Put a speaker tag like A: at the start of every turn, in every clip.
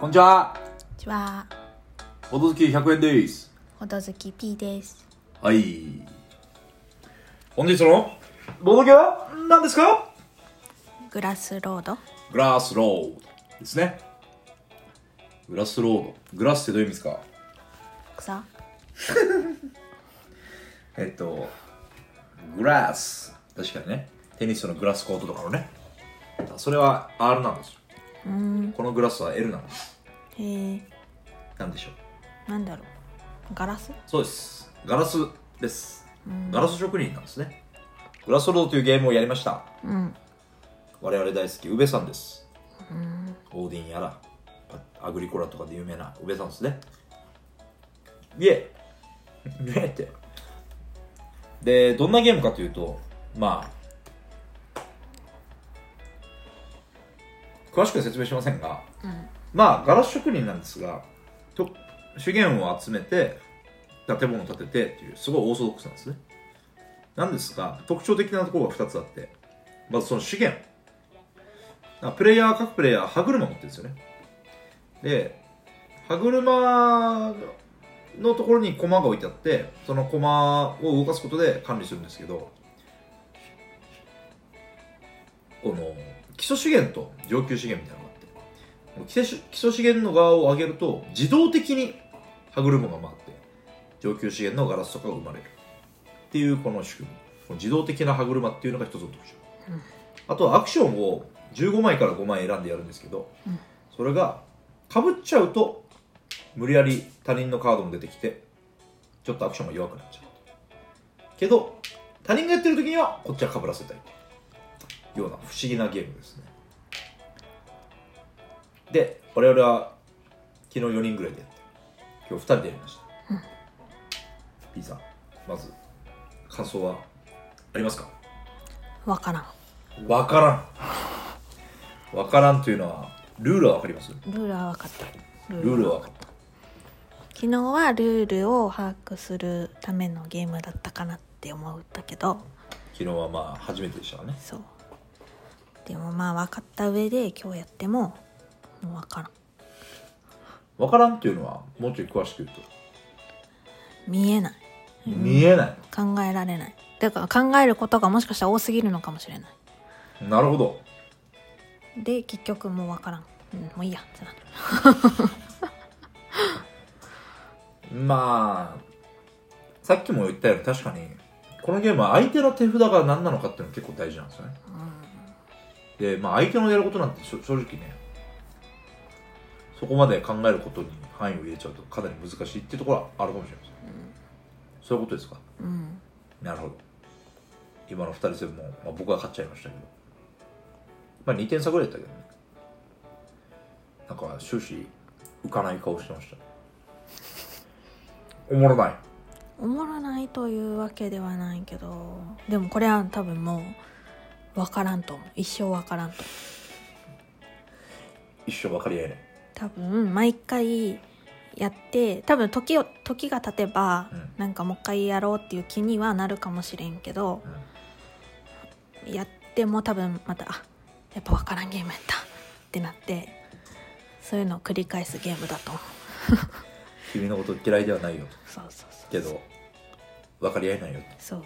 A: こんにちは。
B: こんにちは、
A: ほどずき100円です。
B: ほどずき P です。
A: はい。
C: 本日の
A: ボドゲは何ですか
B: グラスロード
C: グラスロードですねグラスロードグラスってどういう意味ですか
B: 草
C: えっとグラス確かにねテニスのグラスコートとかのねそれは R なんですよこのグラスは L なんです
B: へえ、
C: なんでしょう
B: なんだろう。ガラス
C: そうですガラスですガラス職人なんですねグラスロードというゲームをやりました
B: うん。
C: 我々大好き宇部さんですオーディンやらアグリコラとかで有名な宇部さんですねイ エイイエイってでどんなゲームかというとまあ詳しくは説明しませんが、まあガラス職人なんですがと資源を集めて建物を建ててっていうすごいオーソドックスなんですねなんですが特徴的なところが2つあってまずその資源あプレイヤー各プレイヤー歯車持ってるんですよねで歯車のところに駒が置いてあってその駒を動かすことで管理するんですけどこの基礎資源と上級資源みたいなのがあって基礎基礎資源の側を上げると自動的に歯車が回って上級資源のガラスとかが生まれるっていうこの仕組みこの自動的な歯車っていうのが一つの特徴、あとはアクションを15枚から5枚選んでやるんですけど、
B: うん
C: それがかぶっちゃうと無理やり他人のカードも出てきてちょっとアクションが弱くなっちゃうけど他人がやってる時にはこっちはかぶらせたいというような不思議なゲームですねで我々は昨日4人ぐらいでやって今日2人でやりました、ピザまず感想はありますか
B: わからん。
C: わからんわからんというのはルールはわかります
B: ルールは分かった。ル
C: ルー
B: ル
C: ルはわかった
B: 昨日はルールを把握するためのゲームだったかなって思ったけど、
C: 昨日はまあ初めてでしたからね
B: そう。でもまあ分かった上で今日やっても、もう分からん。
C: わからんというのはもうちょい詳しく言うと
B: 見えない。
C: 見えない
B: 考えられない。だから考えることがもしかしたら多すぎるのかもしれない。
C: なるほど
B: で、結局もう分からん。うん、もういいやってなる。
C: まあさっきも言ったように確かにこのゲームは相手の手札が何なのかっていうのが結構大事なんですよね、でまあ相手のやることなんてしょ正直ねそこまで考えることに範囲を入れちゃうとかなり難しいっていうところはあるかもしれません、そういうことですか
B: うん。
C: なるほど今の2人戦も、まあ、僕は勝っちゃいましたけどまあ2点差ぐらいだったけどねなんか終始浮かない顔してましたおもろない
B: おもろないというわけではないけどでもこれは多分もう分からんと思う一生分からんと思う
C: 一生分かり合えない
B: 多分毎回やって多分時を時が経てば、
C: うん
B: なんかもう一回やろうっていう気にはなるかもしれんけど、やっても多分またあやっぱ分からんゲームやったってなってそういうのを繰り返すゲームだと思う
C: 君のこと嫌いではないよ
B: そうそうそう
C: けど分かり合えないよ
B: そう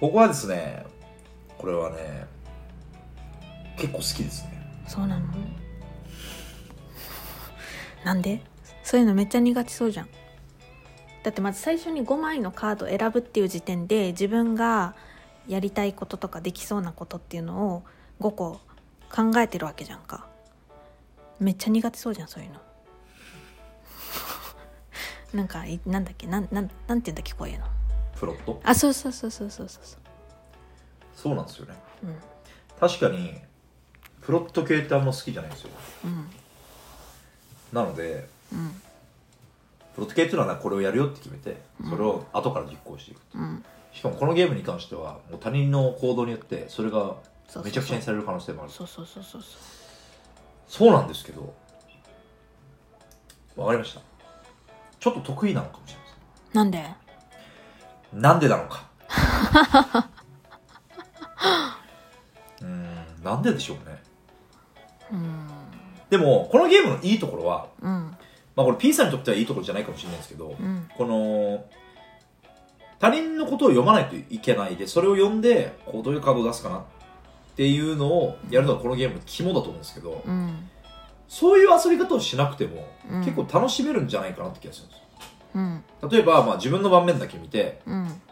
C: 僕はですねこれはね結構好きですね
B: そうなのなんでそういうのめっちゃ苦手そうじゃんだってまず最初に5枚のカード選ぶっていう時点で自分がやりたいこととかできそうなことっていうのを5個考えてるわけじゃんかめっちゃ苦手そうじゃんそういうの なんかいなんだっけなんなんなんて言うんだっけこういうの
C: プロット
B: あそうそうそうそうそうそうそう
C: そうなんですよね
B: うん
C: 確かにプロット系ってあんま好きじゃないんですよ
B: うん
C: なので
B: うん
C: プロット系っていうのはこれをやるよって決めてそれを後から実行していくと、
B: うん
C: しかもこのゲームに関してはもう他人の行動によってそれがめちゃくちゃにされる可能性もある
B: そうそうそうそうそう
C: そうなんですけどわかりましたちょっと得意なのかもしれませ
B: なんで
C: んなんでなの かうーんなんででしょうね
B: うん
C: でもこのゲームのいいところは、
B: うん
C: まあ、これ P さんにとってはいいところじゃないかもしれないですけど、
B: うん
C: この他人のことを読まないといけないでそれを読んでこうどういうカードを出すかなっていうのをやるのがこのゲームの肝だと思うんですけど、
B: うん
C: そういう遊び方をしなくても、
B: うん
C: 結構楽しめるんじゃないかなって気がするんですよ
B: うん
C: 例えば、まあ、自分の盤面だけ見て
B: うん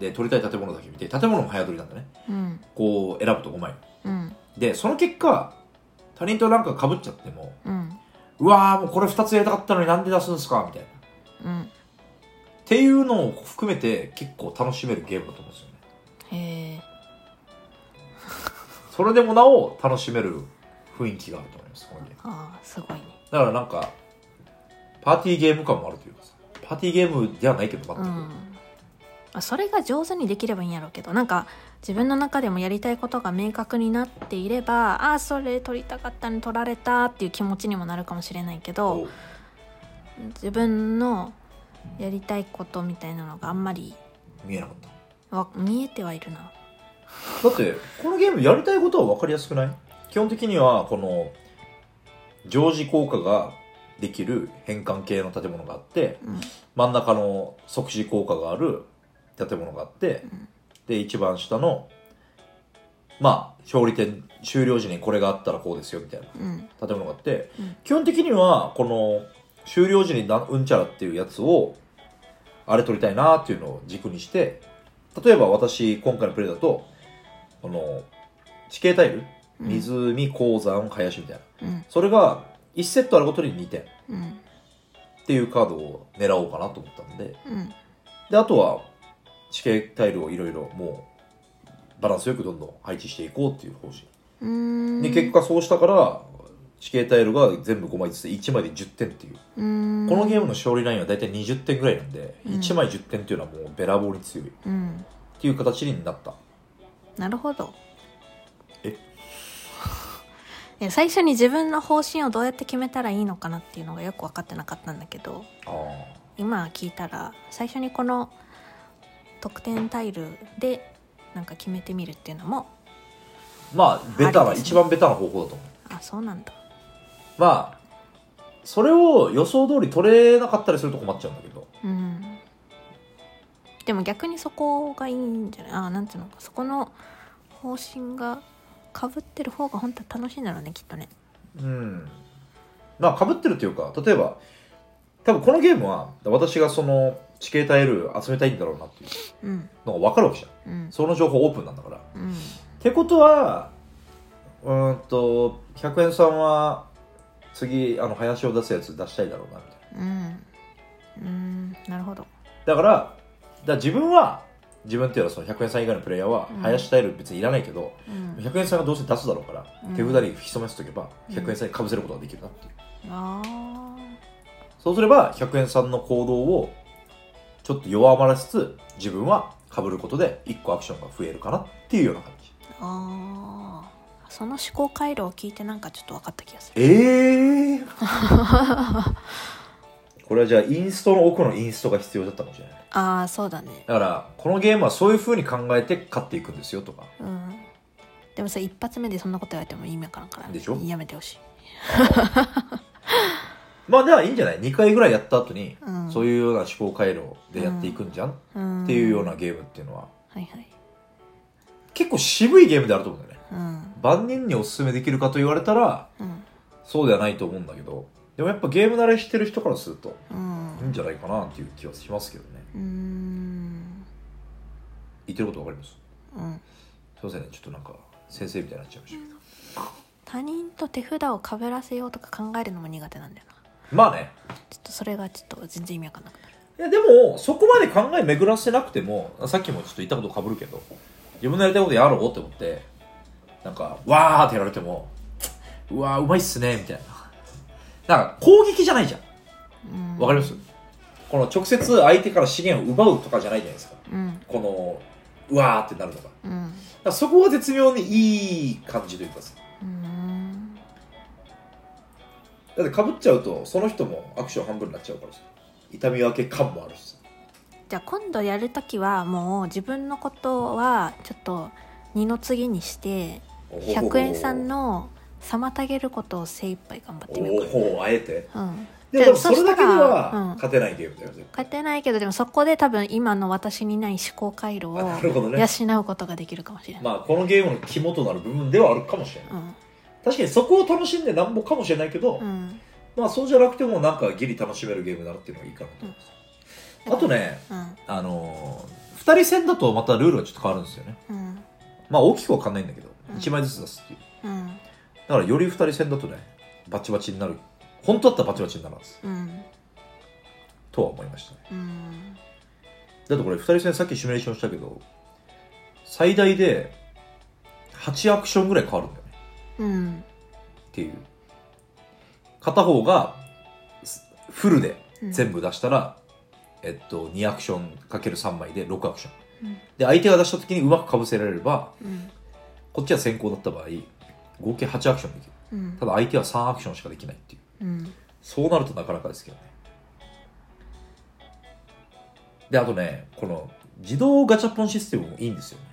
C: で取りたい建物だけ見て建物も早取りなんだね
B: うん
C: こう選ぶと5枚
B: うん
C: でその結果他人となんか被っちゃっても
B: うん
C: うわーもうこれ2つやりたかったのになんで出すんですかみたいな
B: うん
C: っていうのを含めて結構楽しめるゲームだと思うんですよね
B: へえ
C: それでもなお楽しめる雰囲気があると思いますこのゲーム
B: ああすごいね
C: だからなんかパーティーゲーム感もあるというかさパーティーゲームではないけど全
B: う
C: く、
B: んあそれが上手にできればいいんやろうけどなんか自分の中でもやりたいことが明確になっていればああそれ取りたかったのに取られたっていう気持ちにもなるかもしれないけど
C: こ
B: 自分のやりたいことみたいなのがあんまり
C: う見えなかった
B: わ見えてはいるな
C: だってこのゲームやりたいことは分かりやすくない基本的にはこの常時効果ができる変換系の建物があって、
B: うん
C: 真ん中の即時効果がある建物があって、
B: うん
C: で一番下のまあ勝利点終了時にこれがあったらこうですよみたいな
B: うん
C: 建物があって、
B: うん
C: 基本的にはこの終了時になうんちゃらっていうやつをあれ取りたいなっていうのを軸にして例えば私今回のプレイだとこの地形タイル
B: うん
C: 湖鉱山林みたいな
B: うん
C: それが1セットあるごとに2点っ
B: うん
C: ていうカードを狙おうかなと思ったんで
B: うん
C: であとは地形タイルをいろいろもうバランスよくどんどん配置していこうっていう方針
B: うーん
C: で結果そうしたから地形タイルが全部5枚ずつで1枚で10点っていう、
B: うーん
C: このゲームの勝利ラインは大体20点ぐらいなんで、
B: うん
C: 1枚10点っていうのはもうべらぼうに強いっ
B: うん
C: ていう形になった
B: なるほど
C: え
B: え最初に自分の方針をどうやって決めたらいいのかなっていうのがよく分かってなかったんだけど
C: ああ
B: 今聞いたら最初にこの得点タイルでなんか決めてみるっていうのも
C: まあベタ
B: あ
C: な
B: りで
C: 一
B: すね
C: 番ベタな方法だと思う
B: あそうなんだ
C: まあそれを予想通り取れなかったりすると困っちゃうんだけど
B: うんでも逆にそこがいいんじゃないあなんていうのかそこの方針がかぶってる方が本当は楽しいんだろうねきっとね
C: うんまあかぶってるというか例えば多分このゲームは私がその地形タイル集めたいんだろうなっていう
B: うん
C: のが分かるわけじゃん
B: うん
C: その情報オープンなんだから
B: うん
C: ってことはうーんと100円さんは次あの林を出すやつ出したいだろうなみたいな
B: うんうんなるほど
C: だからだから自分は自分っていうのはその100円さん以外のプレイヤーは
B: うん
C: 林タイル別にいらないけど、
B: うん
C: 100円さんがどうせ出すだろうから、
B: うん
C: 手札に潜めとけば
B: うん
C: 100円さんにかぶせることができるなっていう
B: あ
C: そうすれば100円さんの行動をちょっと弱まらしつつ自分はかぶることで1個アクションが増えるかなっていうような感じ
B: ーあーその思考回路を聞いてなんかちょっと分かった気がする
C: ええ これはじゃあインストの奥のインストが必要だったかもしれない
B: ああそうだね
C: だからこのゲームはそういう風に考えて勝っていくんですよとか
B: うんでもさ一発目でそんなこと言われても意味わからんから
C: でしょ
B: やめてほしい
C: まあではいいんじゃない2回ぐらいやった後に、
B: うん
C: そういうような思考回路でやっていくんじゃん、
B: うん
C: っていうようなゲームっていうのは
B: はいはい
C: 結構渋いゲームであると思うんだよね
B: うん
C: 万人におすすめできるかと言われたら
B: うん
C: そうではないと思うんだけどでもやっぱゲーム慣れしてる人からすると
B: うん
C: いいんじゃないかなっていう気はしますけどね
B: うーん
C: 言ってることわかります
B: うん
C: すいませんねちょっとなんか先生みたいになっちゃいましたけど、
B: 他人と手札をかぶらせようとか考えるのも苦手なんだよな
C: まあね
B: ちょっとそれがちょっと全然意味わかんなくなる
C: いやでもそこまで考え巡らせなくてもさっきもちょっと言ったことかぶるけど自分のやりたいことやろうって思ってなんかわーってやられてもうわーうまいっすねみたいななんか攻撃じゃないじゃん
B: うん
C: わかりますこの直接相手から資源を奪うとかじゃないじゃないですか
B: うん
C: このうわーってなるとかだか
B: うん
C: らそこは絶妙にいい感じというかさ
B: うん
C: だってかぶっちゃうとその人もアクション半分になっちゃうからさ痛み分け感もあるしさ
B: じゃあ今度やるときはもう自分のことはちょっと二の次にして100円さんの妨げることを精一杯頑張ってみようか
C: おおあえて
B: なうん
C: でもでもそれだけで
B: そしたらうん
C: は勝てないゲームだよね
B: 勝てないけどでもそこで多分今の私にない思考回路を
C: なるほどね
B: 養うことができるかもしれない、
C: まあこのゲームの肝となる部分ではあるかもしれない確かにそこを楽しんでなんぼかもしれないけど、
B: うん、うん、
C: まあそうじゃなくてもなんかギリ楽しめるゲームだなっていうのがいいかなと思います、あとね
B: うん
C: あのー、2人戦だとまたルールがちょっと変わるんですよね
B: うん
C: まあ大きくは変わんないんだけど、
B: うん
C: 1枚ずつ出すっていう
B: うん
C: だからより2人戦だとねバチバチになる本当だったらバチバチになるはず
B: うん
C: とは思いましたね
B: うん
C: だってこれ2人戦さっきシミュレーションしたけど最大で8アクションぐらい変わるんだよね
B: うん
C: っていう片方がすフルで
B: うん
C: 全部出したら、えっと、2アクションかける3枚で6アクション
B: うん
C: で相手が出した時にうまくかぶせられれば
B: うん
C: こっちは先行だった場合合計8アクションできる
B: うん
C: ただ相手は3アクションしかできないっていう
B: うん
C: そうなるとなかなかですけどねであとねこの自動ガチャポンシステムもいいんですよね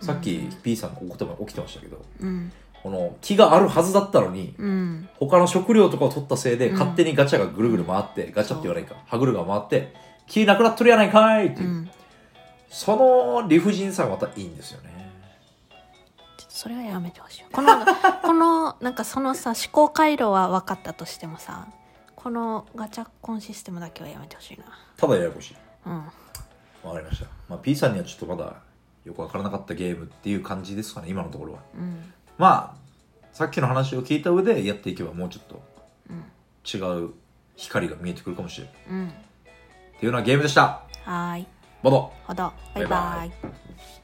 C: さっき P さんのお言葉起きてましたけど
B: うん
C: この木があるはずだったのに
B: うん
C: 他の食料とかを取ったせいで、
B: うん
C: 勝手にガチャがぐるぐる回って、ガチャって言わないか、歯車が回って、消えなくなっとるやないかいって
B: う
C: いう、
B: ん
C: その理不尽さがまたいいんですよね。
B: ちょっとそれはやめてほしいこのこのなんかそのさ思考回路は分かったとしてもさこのガチャコンシステムだけはやめてほしい
C: ただややこしい。
B: な
C: わかりました。まあ、P さんにはちょっとまだよくわからなかったゲームっていう感じですかね、今のところは。
B: うんうん
C: まあ、さっきの話を聞いた上でやっていけばもうちょっ
B: うん
C: と違う光が見えてくるかもしれない。
B: うん
C: っていうようなゲームでした。
B: はーい
C: ボド
B: ほどバイバ
C: バイバ
B: イ
C: イ